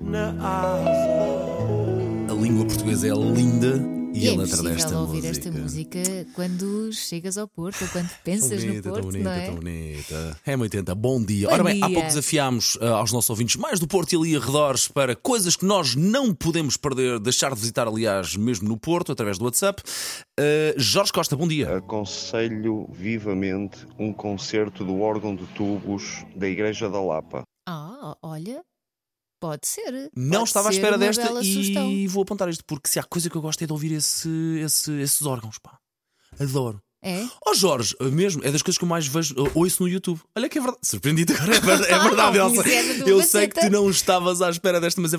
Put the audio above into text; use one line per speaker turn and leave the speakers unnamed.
na asa.
A língua portuguesa é linda e,
E é
a letra
possível
desta
ouvir
música.
esta música quando chegas ao Porto ou quando
Tão
pensas no
bonita,
Porto,
tão bonita,
não é?
tão bonita. É 80, bom dia.
Bom
Ora bem, há
dia.
pouco desafiámos ah, aos nossos ouvintes mais do Porto e ali arredores para coisas que nós não podemos perder, deixar de visitar, aliás, mesmo no Porto, através do WhatsApp. Ah, Jorge Costa, bom dia.
Aconselho vivamente um concerto do órgão de tubos da Igreja da Lapa.
Ah, olha, pode ser.
Não
Pode
estava à
ser
espera
uma
desta
bela
e
sugestão.
vou apontar isto porque se há coisa que eu gosto é de ouvir esse- esse- esses órgãos, pá. Adoro.
É?
Ó Jorge, mesmo, é das coisas que eu mais vejo, ou- ouço no YouTube. Olha que é verdade. Surpreendido agora, é verdade, é verdade,
Ah,
Elsa.
isso é da tua
Eu sei que tu
faceta.
não estavas à espera desta, mas é